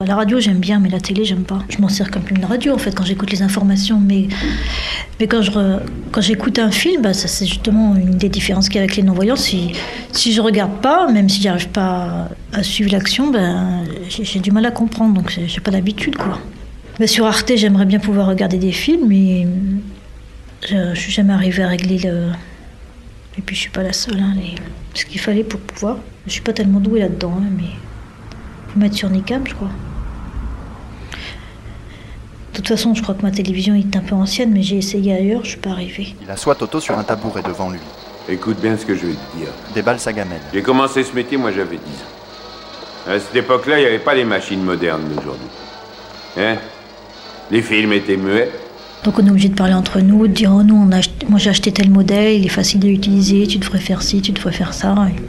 Bah, La radio, j'aime bien, mais la télé, j'aime pas. Je m'en sers comme une radio, en fait, quand j'écoute les informations. Mais, mais quand, je, re- quand j'écoute un film, bah, ça, c'est justement une des différences qu'il y a avec les non-voyants. Si, si je regarde pas, même si j'arrive pas à suivre l'action, ben, j'ai, j'ai du mal à comprendre. Donc, j'ai, j'ai pas l'habitude, quoi. Mais sur Arte, j'aimerais bien pouvoir regarder des films, mais je, je suis jamais arrivée à régler le. Et puis, je suis pas la seule, hein, les- ce qu'il fallait pour pouvoir. Je suis pas tellement douée là-dedans, hein, mais. Faut mettre sur Nicam, je crois. De toute façon, je crois que ma télévision est un peu ancienne, mais j'ai essayé ailleurs, je suis pas arrivée. Il assoit Toto sur un tabouret devant lui, Écoute bien ce que je vais te dire. déballe sa gamelle. J'ai commencé ce métier, moi j'avais 10 ans. À cette époque-là, il n'y avait pas les machines modernes d'aujourd'hui. Hein Les films étaient muets. Donc on est obligé de parler entre nous, de dire oh non, on a acheté- moi j'ai acheté tel modèle, il est facile à utiliser, tu devrais faire ci, tu devrais faire ça. Et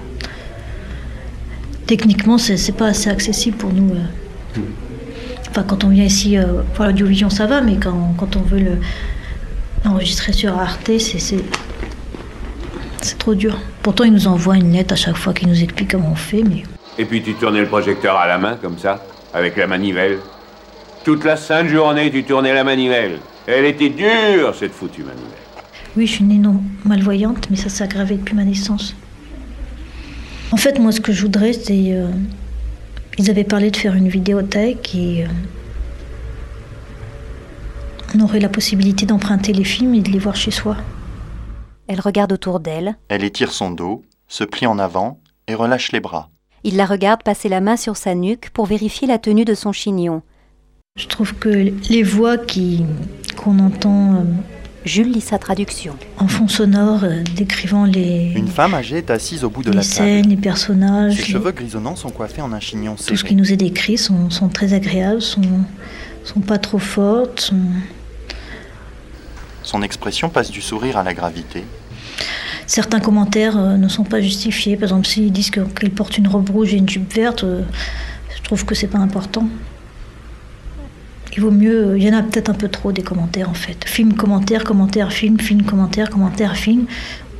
Techniquement, c'est c'est pas assez accessible pour nous. euh. Enfin, quand on vient ici, euh, pour l'audiovisuel ça va, mais quand, quand on veut le enregistrer sur Arte, c'est- c'est c'est trop dur. Pourtant, ils nous envoient une lettre à chaque fois qu'ils nous expliquent comment on fait, mais Et puis tu tournais le projecteur à la main, comme ça, avec la manivelle. Toute la sainte journée, tu tournais la manivelle. Elle était dure, cette foutue manivelle. Oui, je suis née non malvoyante, mais ça s'est aggravé depuis ma naissance. En fait, moi, ce que je voudrais, c'est. euh, ils avaient parlé de faire une vidéothèque et. euh, on aurait la possibilité d'emprunter les films et de les voir chez soi. Elle regarde autour d'elle. Elle étire son dos, se plie en avant et relâche les bras. Il la regarde passer la main sur sa nuque pour vérifier la tenue de son chignon. Je trouve que les voix qui, qu'on entend euh, Jules lit sa traduction. en fond sonore, euh, décrivant les, Une femme âgée est assise au bout de les la scènes, table. les personnages, Ses les- cheveux grisonnants sont coiffés en un chignon tout ce qui serré. nous est décrit sont, sont très agréables, sont, sont pas trop fortes, sont, Son expression passe du sourire à la gravité. Certains commentaires euh, ne sont pas justifiés. Par exemple, s'ils disent que- qu'ils portent une robe rouge et une jupe verte, euh, je trouve que c'est pas important. Il vaut mieux. euh, Il y en a peut-être un peu trop des commentaires en fait. Film, commentaire, commentaire, film, film, commentaire, commentaire, film.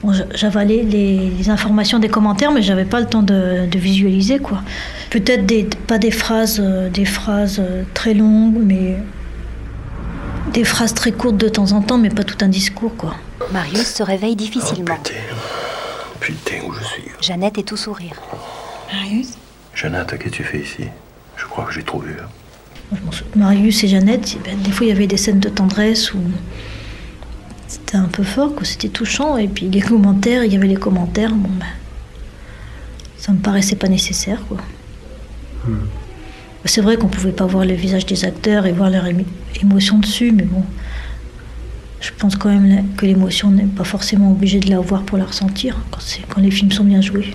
Bon, j'a- j'avalais les, les informations des commentaires, mais j'avais pas le temps de, de visualiser quoi. Peut-être des, pas des phrases, euh, des phrases euh, très longues, mais des phrases très courtes de temps en temps, mais pas tout un discours quoi. Marius se réveille difficilement. Oh, Putain, où je suis Jeannette est tout sourire. Marius Jonathan, qu'est-ce que tu fais ici Je crois que j'ai trop vu. Moi, je m'en souviens. Marius et Jeannette, eh ben, des fois il y avait des scènes de tendresse où c'était un peu fort, quoi, c'était touchant. Et puis les commentaires, il y avait les commentaires, bon ben, ça me paraissait pas nécessaire. quoi. C'est vrai qu'on pouvait pas voir le visage des acteurs et voir leur émi- émotion dessus, mais bon, je pense quand même la- que l'émotion n'est pas forcément obligée de la voir pour la ressentir quand, c'est- quand les films sont bien joués.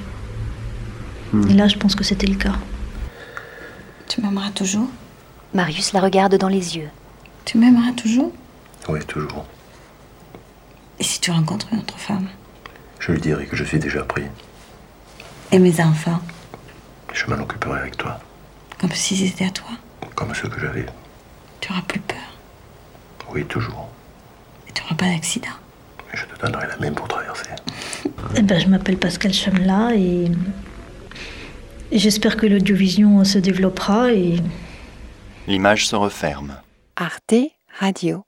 Et là, je pense que c'était le cas. Tu m'aimeras toujours Marius la regarde dans les yeux. Tu m'aimeras toujours Oui, toujours. Et si tu rencontres une autre femme Je lui dirai que je suis déjà pris. Et mes enfants Je m'en occuperai avec toi, Comme s'ils étaient à toi comme ceux que j'avais. Tu auras plus peur. Oui, toujours. Et tu n'auras pas d'accident. Je te donnerai la même pour traverser. Eh ben, je m'appelle Pascal Chamla et, et j'espère que l'audiovision euh, se développera et L'image se referme. Arte Radio.